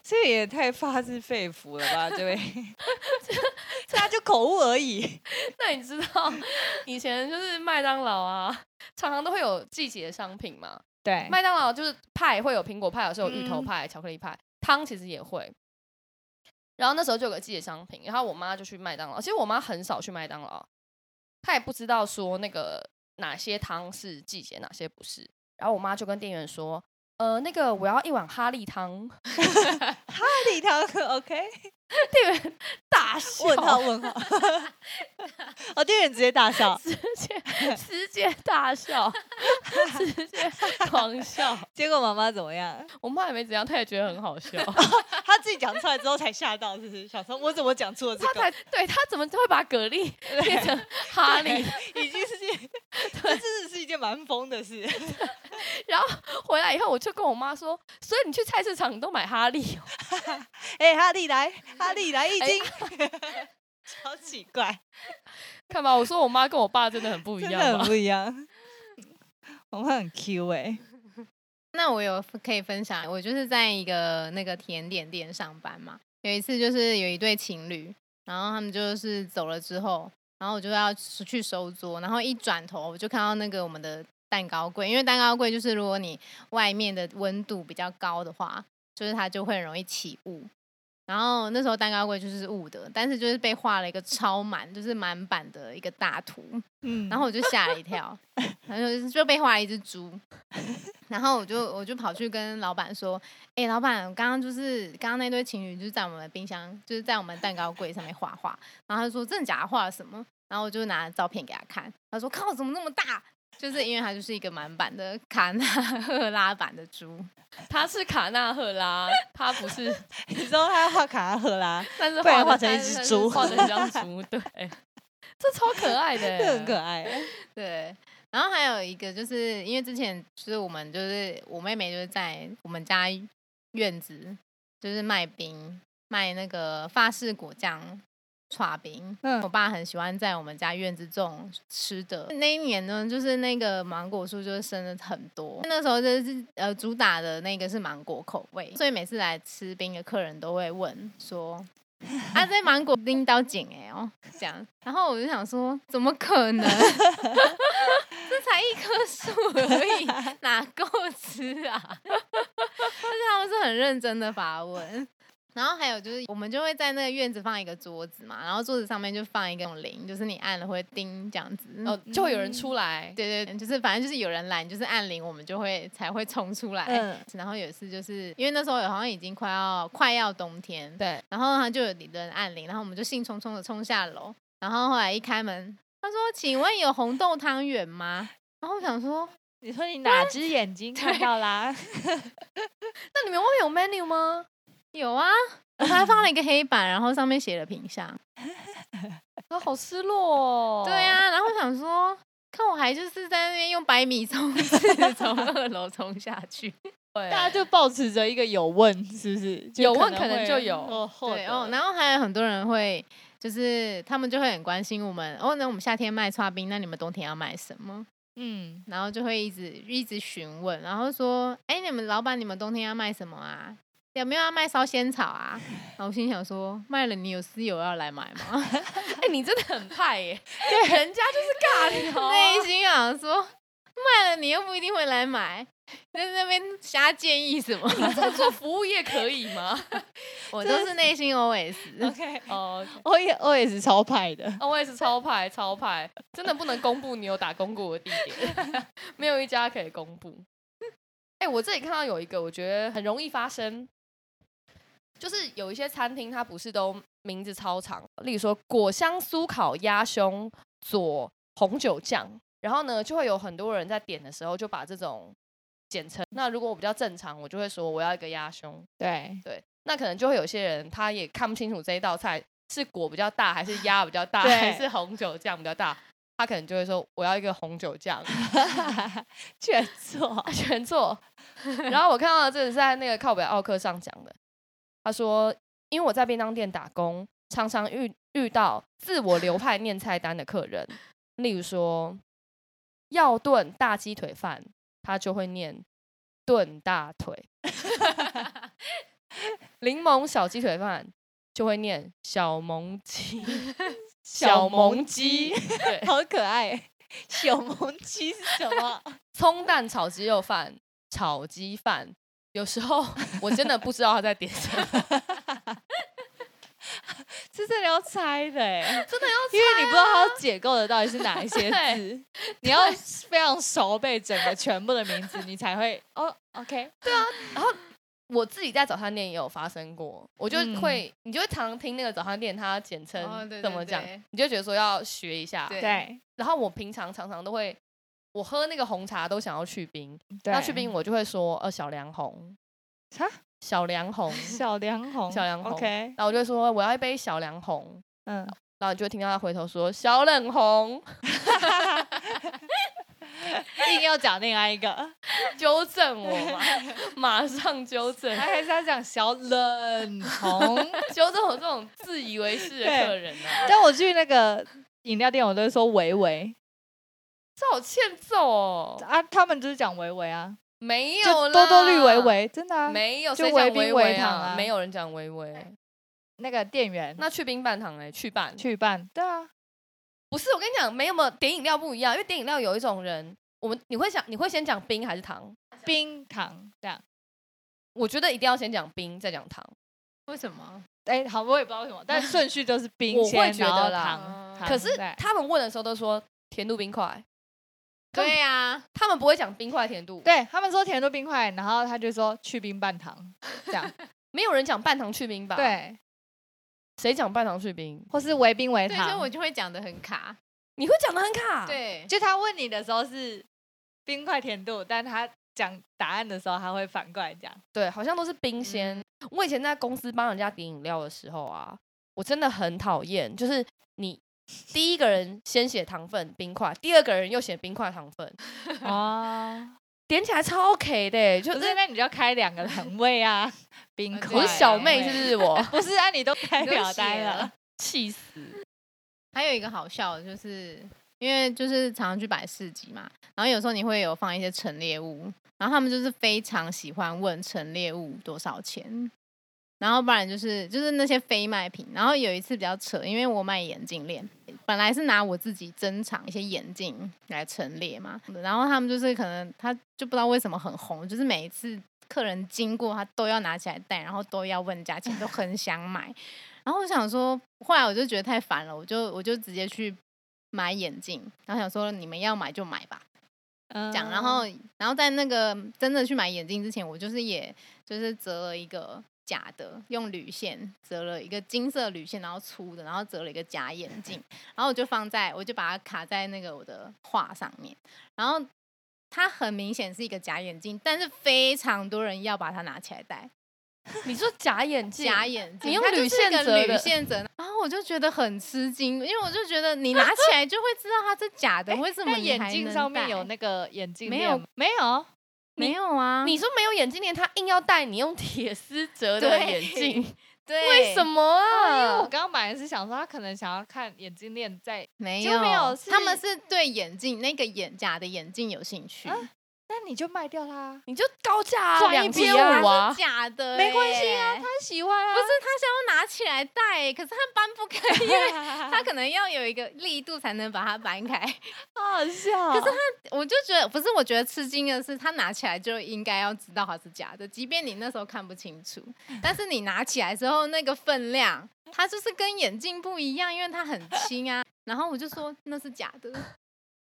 Speaker 4: 这也太发自肺腑了吧，
Speaker 2: <laughs>
Speaker 4: 这位，大家就口误而已。
Speaker 1: 那你知道以前就是麦当劳啊，常常都会有季节商品嘛，
Speaker 2: 对，
Speaker 1: 麦当劳就是派会有苹果派，有时候有芋头
Speaker 2: 嗯
Speaker 1: 派、巧克力派，汤其实也会。然后那时候就有个季节商品，然后我妈就去麦当劳。其实我妈很少去麦当劳，她也不知道说那个哪些汤是季节，哪些不是。然后我妈就跟店员说：“呃，那个我要一碗哈利 <laughs> 汤。
Speaker 4: 礼堂 OK，”
Speaker 1: 店员大
Speaker 2: <laughs>
Speaker 1: 笑，
Speaker 4: 问号问 <laughs> 号，哦，店员直接大笑，
Speaker 1: <laughs> 直接直接大笑，直接 <laughs> 狂笑。
Speaker 4: 结果妈妈怎么样？
Speaker 1: 我妈也没怎样，她也觉得很好 <laughs> 笑。
Speaker 4: 她自己讲出来之后才吓到，是不是？想说我怎么讲出了这
Speaker 1: 她
Speaker 4: 个？
Speaker 1: 才对，她怎么就会把蛤蜊
Speaker 4: <laughs>
Speaker 1: 变成哈利？
Speaker 4: 已经是
Speaker 1: <laughs>
Speaker 4: 件，这真的是一件蛮疯的事。 <laughs>
Speaker 1: 回来以后，我就跟我妈说，所以你去菜市场你都买哈利、哦， <laughs>
Speaker 4: 哎，哈利来，哈利来一
Speaker 1: 哎
Speaker 4: 斤， <laughs> 超奇怪，
Speaker 1: 看吧。我说我妈跟我爸真的很不一
Speaker 4: 真
Speaker 1: 样
Speaker 4: 的很
Speaker 1: 嘛。
Speaker 4: 不一样。我妈很 Q 哎，
Speaker 3: 那我有可以分享，我就是在一个那个甜点店上班嘛。有一次就是有一对情侣，然后他们就是走了之后，然后我就要去收桌，然后一转头我就看到那个我们的蛋糕柜，因为蛋糕柜就是如果你外面的温度比较高的话，就是它就会很容易起雾。然后那时候蛋糕柜就是雾的，但是就是被画了一个超满，就是满版的一个大图，
Speaker 4: 嗯，
Speaker 3: 然后我就吓了一跳，然后就就被画了一只猪，然后我就我就跑去跟老板说，哎、老板，我刚刚就是刚刚那对情侣就是在我们的冰箱，就是在我们蛋糕柜上面画画，然后他就说真的假的画了什么，然后我就拿照片给他看，他说靠，怎么那么大？就是因为它就是一个满版的 <laughs> 卡纳赫拉版的猪，
Speaker 1: <laughs> 她是卡纳赫拉，她
Speaker 4: <laughs>
Speaker 1: 不是，
Speaker 4: 你知道她画卡拉赫拉，
Speaker 1: 但是
Speaker 4: 不然
Speaker 1: 得
Speaker 4: 画成一
Speaker 1: 但
Speaker 4: 只
Speaker 1: 是
Speaker 4: 猪
Speaker 1: 画成一张
Speaker 4: <laughs>
Speaker 1: 猪，对，这超可爱的、
Speaker 4: 这很可爱欸。
Speaker 3: 对，然后还有一个就是因为之前就是我们就是我妹妹就是在我们家院子就是卖冰，卖那个法式果酱刨冰。
Speaker 4: 嗯
Speaker 3: 我爸很喜欢在我们家院子种吃的。那一年呢，就是那个芒果树就是生了很多。那时候就是呃主打的那个是芒果口味，所以每次来吃冰的客人都会问说。啊，这芒果拎刀紧哎哦，这样，然后我就想说，怎么可能？这才一棵树而已，哪够吃啊？ <laughs> 但是他们是很认真的发问。然后还有就是，我们就会在那个院子放一个桌子嘛，然后桌子上面就放一个那种铃，就是你按了会叮这样子。
Speaker 1: 哦，就会有人出
Speaker 4: 嗯
Speaker 1: 来。
Speaker 3: 对对，就是反正就是有人来，你就是按铃，我们就会才会冲出来。 <laughs>
Speaker 1: 哎
Speaker 4: 嗯
Speaker 3: 然后有一次就是因为那时候好像已经快要快要冬天，
Speaker 1: 对，
Speaker 3: 然后他就有人按铃，然后我们就兴冲冲的冲下楼，然后后来一开门，他说：“请问有红豆汤圆吗？”然后我想说，
Speaker 2: 你说你哪只眼睛看
Speaker 4: <laughs>
Speaker 2: 到啦？
Speaker 1: 那你们外面有 menu 吗？
Speaker 3: 有啊，我还放了一个黑板，然后上面写了品相。
Speaker 1: 啊，好失落哦。
Speaker 3: 对，啊，然后我想说，但我还就是在那边用百米冲刺从二楼冲下
Speaker 1: <laughs>
Speaker 3: 去。
Speaker 1: 对
Speaker 2: 大家就保持着一个有问，是不是？
Speaker 1: 有问可能
Speaker 2: 会
Speaker 1: 就有
Speaker 2: 落后
Speaker 3: 对
Speaker 2: 的
Speaker 3: 哦，然后还有很多人会，就是他们就会很关心我们。哦，那我们夏天卖刨冰，那你们冬天要卖什么？
Speaker 2: 嗯，
Speaker 3: 然后就会一直一直询问，然后说：“哎，你们老板，你们冬天要卖什么啊？有没有要卖烧仙草啊？”然后我心想说：“卖了你有私友要来买吗 <laughs>
Speaker 1: 哎、你真的很
Speaker 4: <laughs>
Speaker 1: 派耶、对，人家就是尬？”聊啊、 <laughs>
Speaker 3: 内心想说：“卖了你又不一定会来买，在那边瞎建议什 <laughs> 么
Speaker 1: 你这个做服务业可以吗？？” <laughs>
Speaker 3: 我都是内心 OS。
Speaker 2: OK，
Speaker 1: 哦、
Speaker 2: 我也我也是超派的，
Speaker 1: o s 超派超派，真的不能公布你有打工过的地点， <laughs> 没有一家可以公布。哎、我这里看到有一个，我觉得很容易发生，就是有一些餐厅它不是都名字超长，例如说果香酥烤鸭胸佐红酒酱，然后呢就会有很多人在点的时候就把这种简称。那如果我比较正常，我就会说我要一个鸭胸，
Speaker 2: 对，
Speaker 1: 对，那可能就会有些人他也看不清楚这一道菜是果比较大，还是鸭比较大，
Speaker 2: 对
Speaker 1: 还是红酒酱比较大，他可能就会说我要一个红酒酱
Speaker 2: 全 <laughs> 错，
Speaker 1: <laughs> 全错。然后我看到这是在那个靠北奥克上讲的，他说因为我在便当店打工，常常遇遇到自我流派念菜单的客人，例如说要炖大鸡腿饭，他就会念炖大腿。柠檬小鸡腿饭就会念小萌鸡，
Speaker 2: 小萌鸡
Speaker 1: 对，
Speaker 2: 好可 <laughs> 爱。小萌鸡是什么？ <laughs>
Speaker 1: 葱蛋炒鸡肉饭，炒鸡饭。有时
Speaker 3: <laughs>
Speaker 1: 候我真的不知道他在点什么， <laughs>
Speaker 2: 这真的要猜的 <laughs> 啊哎，
Speaker 1: 真的要
Speaker 2: 因为你不知道它解构的到底是哪一 <laughs> 些字
Speaker 1: 对，
Speaker 2: 你要非常熟背整个全部的名字，你才会哦，OK，
Speaker 1: 我自己在早餐店也有发生过，我就
Speaker 2: 嗯
Speaker 1: 会，你就会常听那个早餐店它简
Speaker 3: 哦
Speaker 1: 称
Speaker 3: 对
Speaker 1: 怎
Speaker 3: 对
Speaker 1: 么讲，
Speaker 3: 对
Speaker 1: 你就觉得说要学一下。
Speaker 3: 对
Speaker 2: <laughs> 对
Speaker 1: 然后我平常常常都会，我喝那个红茶都想要去冰，
Speaker 2: 对，
Speaker 1: 那去冰我就会说呃小凉红，
Speaker 2: 啊
Speaker 1: 小凉红，
Speaker 2: 小梁红，
Speaker 1: 小梁红
Speaker 2: <laughs> ，OK，
Speaker 1: 然后我就会说我要一杯小凉红，
Speaker 2: 嗯，
Speaker 1: 然后你就会听到他回头说小冷红，
Speaker 2: 硬要讲另外一 <laughs> 个，
Speaker 1: 纠正我
Speaker 3: <laughs>
Speaker 1: 嘛，马上纠正，
Speaker 2: 还还是要讲小冷红。
Speaker 1: 纠正我这种自以为是的
Speaker 2: 对
Speaker 1: 客人啊，
Speaker 2: <laughs> 但我去那个饮料店，我都会说维维
Speaker 1: 这好欠揍哦，
Speaker 2: 啊，他们就是讲维维啊，
Speaker 1: 没有
Speaker 2: 就
Speaker 1: 啦
Speaker 2: 多多绿维，维，真的啊。
Speaker 1: 没有
Speaker 2: 就
Speaker 1: 谁讲
Speaker 2: 微冰
Speaker 1: 微
Speaker 2: 微
Speaker 1: 微
Speaker 2: 糖啊
Speaker 1: 啊，没有人讲微微，
Speaker 2: 那个店员
Speaker 1: 那去冰半糖嘞，去半
Speaker 2: 去办，对啊，
Speaker 1: 不是我跟你讲，没有没有点饮料不一样，因为点饮料有一种人，我们你会想你会先讲冰还是糖？
Speaker 2: 冰糖这样。
Speaker 1: 我觉得一定要先讲冰，再讲糖。
Speaker 3: 为什么？
Speaker 2: 哎，好，我也不知道为什么，但顺序都是冰
Speaker 1: 我会
Speaker 2: 先，
Speaker 1: 觉
Speaker 2: 然后
Speaker 1: 得啦嗯
Speaker 2: 糖。糖
Speaker 1: 可是
Speaker 2: 对
Speaker 1: 他们问的时候都说甜度冰块，根本
Speaker 3: 对啊呀，
Speaker 1: 他们不会讲冰块甜度，
Speaker 2: 对他们说甜度冰块，然后他就说去冰半糖，这样
Speaker 1: 没有人讲半糖去冰吧？，
Speaker 2: 对，
Speaker 1: 谁讲半糖去冰？
Speaker 2: 或是微冰微
Speaker 3: 对，所以
Speaker 2: 糖
Speaker 3: 我。就会讲的很卡。
Speaker 1: 你会讲的很卡，，
Speaker 3: 对，
Speaker 2: 就他问你的时候是冰块甜度，但他讲答案的时候，他会反过来讲。
Speaker 1: 对，好像都是冰鲜。我以前在公司帮人家点饮料的时候啊，我真的很讨厌，就是你第一个人先写糖分冰块，第二个人又写冰块糖分， <laughs>
Speaker 2: 哦，
Speaker 1: 点起来超 K 的欸、就
Speaker 2: 不
Speaker 1: 是
Speaker 2: 是，那你就要开两个栏
Speaker 1: <laughs>
Speaker 2: 位啊，冰
Speaker 3: 我
Speaker 2: 块。
Speaker 1: 我是小妹，
Speaker 3: 欸
Speaker 1: 是不是我 <laughs>
Speaker 2: 不是啊，你都开
Speaker 3: 你都
Speaker 2: 表单
Speaker 3: 写
Speaker 2: 了
Speaker 3: 了，
Speaker 1: 气死？
Speaker 3: 还有一个好笑的就是，因为就是常常去摆市集嘛，然后有时候你会有放一些陈列物，然后他们就是非常喜欢问陈列物多少钱，然后不然就是就是那些非卖品。然后有一次比较扯，因为我买眼镜链，本来是拿我自己珍藏一些眼镜来陈列嘛，然后他们就是可能他就不知道为什么很红，就是每一次客人经过他都要拿起来戴，然后都要问价钱，都很想买。然后我想说，后来我就觉得太烦了，我就我就直接去买眼镜，然后想说你们要买就买吧，
Speaker 2: 嗯
Speaker 3: 这样。然后然后在那个真的去买眼镜之前，我就是也就是折了一个假的，用铝线折了一个金色铝线，然后粗的，然后折了一个假眼镜，然后我就放在我就把它卡在那个我的画上面，然后。它很明显是一个假眼镜，但是非常多人要把它拿起来戴，
Speaker 1: 你说假眼镜，
Speaker 3: 假眼镜，
Speaker 1: 你用
Speaker 3: 它就
Speaker 1: 铝
Speaker 3: 是
Speaker 1: 线
Speaker 3: 一个
Speaker 1: 折
Speaker 3: 铝
Speaker 1: 的
Speaker 3: 线折，然后我就觉得很吃惊，因为我就觉
Speaker 2: <laughs>
Speaker 3: 得你拿起来就会知道它是假的，为什么
Speaker 2: 那
Speaker 3: 你
Speaker 2: 哎眼
Speaker 3: 还
Speaker 2: 镜
Speaker 3: 能
Speaker 2: 上面
Speaker 3: 戴
Speaker 2: 有那个眼镜
Speaker 3: 没
Speaker 2: 链
Speaker 3: 有
Speaker 2: 吗没有？
Speaker 3: 没有啊？
Speaker 1: 你说没有眼镜链，他硬要戴你用铁丝折的
Speaker 3: 对
Speaker 1: 眼镜，
Speaker 3: 对
Speaker 1: <laughs> 为什么
Speaker 2: 我
Speaker 1: 啊？
Speaker 2: 刚刚本来是想说他可能想要看眼镜链在，
Speaker 3: 没
Speaker 2: 就没有
Speaker 3: 他们
Speaker 2: 是
Speaker 3: 是对眼镜那个眼假的眼镜有兴趣，
Speaker 2: 啊那你就卖掉它，
Speaker 1: 你就高价啊，
Speaker 2: 赚
Speaker 1: 两
Speaker 2: 一笔
Speaker 1: 千
Speaker 2: 啊
Speaker 1: 五
Speaker 3: 它
Speaker 1: 啊
Speaker 3: 是，假的欸、
Speaker 2: 没关系啊，他喜欢啊
Speaker 3: 不是他想要拿起来戴欸，可是他搬不开，
Speaker 2: <laughs>
Speaker 3: 因为他可能要有一个力度才能把它搬开。
Speaker 2: 好好笑。可是
Speaker 3: 我就觉得不是，我觉得吃惊的是，他拿起来就应该要知道它是假的，即便你那时候看不清
Speaker 1: <laughs>
Speaker 3: 楚，但是你拿起来之后那个分量，它就是跟眼镜不一样，因为它很轻啊。然后我就说那是假的，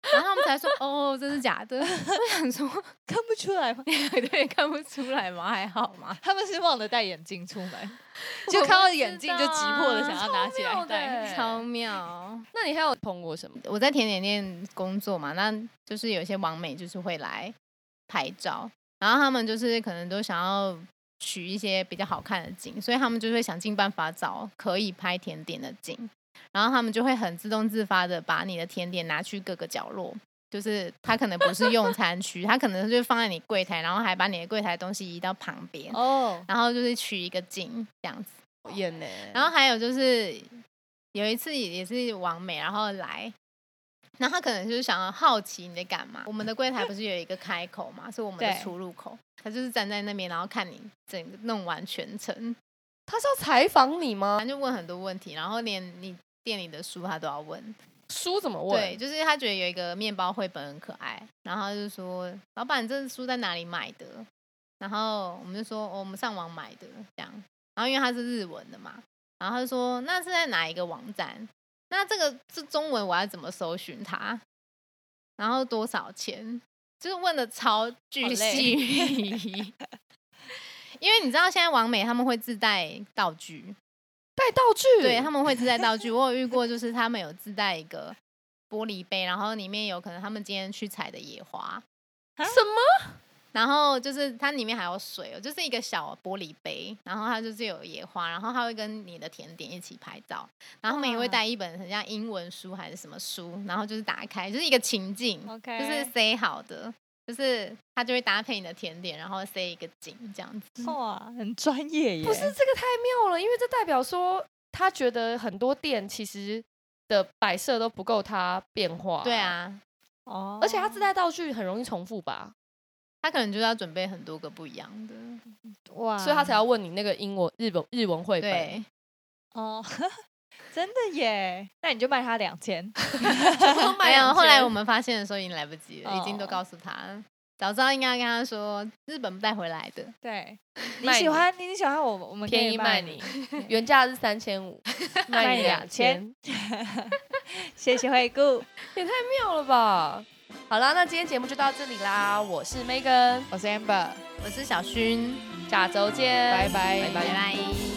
Speaker 3: 然后他们才说 <laughs> 哦这是假的。我想说， <laughs>
Speaker 2: 看不出来吗？
Speaker 3: 对，看不出来吗？还好吗？
Speaker 2: <laughs> 他们是忘了戴眼镜出门，
Speaker 3: 我
Speaker 2: 就
Speaker 3: 不
Speaker 2: 看到眼
Speaker 3: 知
Speaker 2: 镜就急迫的想要拿起
Speaker 1: 超
Speaker 2: 来
Speaker 1: 妙的
Speaker 2: 戴。
Speaker 1: 欸
Speaker 3: 超妙。
Speaker 1: 啊那你还有碰过什么？
Speaker 3: 我在甜点店工作嘛，那就是有一些网美就是会来拍照，然后他们就是可能都想要取一些比较好看的景，所以他们就会想尽办法找可以拍甜点的景，然后他们就会很自动自发的把你的甜点拿去各个角落。就是他可能不是用餐区，他可能就放在你柜台，然后还把你的柜台东西移到旁边，
Speaker 2: 哦，
Speaker 3: 然后就是取一个景这样子。
Speaker 1: 讨厌呢。
Speaker 3: 然后还有就是有一次也是王美，然后来，然后他可能就是想要好奇你在干嘛。我们的柜台不是有一个开口嘛，是我们的
Speaker 2: 对
Speaker 3: 出入口，他就是站在那边，然后看你整个弄完全程，
Speaker 1: 他是要采访你吗？
Speaker 3: 他就问很多问题，然后连你。店里的书他都要问，
Speaker 1: 书怎么
Speaker 3: 对，
Speaker 1: 问？
Speaker 3: 就是他觉得有一个面包绘本很可爱，然后他就说：“老板，这书在哪里买的？”然后我们就说：“哦，我们上网买的。”这样，然后因为它是日文的嘛，然后他就说那是在哪一个网站？那这个是中文，我要怎么搜寻它？然后多少钱？就是问的超巨细， <laughs> 因为你知道现在网美他们会自带道具，
Speaker 1: 带道具，
Speaker 3: 对，他们会自带道具。我有遇过，就是他们有自带一个玻璃杯，然后里面有可能他们今天去采的野花，
Speaker 1: 什么？
Speaker 3: 然后就是它里面还有水哦，就是一个小玻璃杯，然后它就是有野花，然后它会跟你的甜点一起拍照，然后他们也会
Speaker 2: 哇
Speaker 3: 带一本很像英文书还是什么书，然后就是打开就是一个情境
Speaker 2: OK
Speaker 3: 就是 say 好的，就是它就会搭配你的甜点，然后 say 一个景这样子。
Speaker 2: 哇，很专业耶！
Speaker 1: 不是这个太妙了，因为这代表说他觉得很多店其实的摆设都不够他变化。
Speaker 3: 对，啊，
Speaker 2: 哦，
Speaker 1: 而且他自带道具很容易重复吧，
Speaker 3: 他可能就是要准备很多个不一样的，
Speaker 2: 哇，
Speaker 1: 所以他才要问你那个英文、日本日文绘本。
Speaker 3: 对，
Speaker 2: 哦，真的耶！那你就卖他两千，
Speaker 3: 没有。后来我们发现的时候已经来不及了，已经都
Speaker 2: 哦
Speaker 3: 告诉他，早知道应该跟他说日本带回来的。
Speaker 2: 对，你
Speaker 1: 卖
Speaker 2: 喜
Speaker 1: 你
Speaker 2: 欢你喜欢我，我们可以
Speaker 1: 便宜卖
Speaker 2: 卖
Speaker 1: 你，，原价是三千五，卖你两千，
Speaker 2: 谢谢惠顾，
Speaker 1: 也太妙了吧！好啦，那今天节目就到这里啦，我是 Megan，
Speaker 2: 我是 Amber，
Speaker 3: 我是小薰，
Speaker 1: 下周见，
Speaker 2: 拜拜
Speaker 1: 拜拜
Speaker 3: 拜拜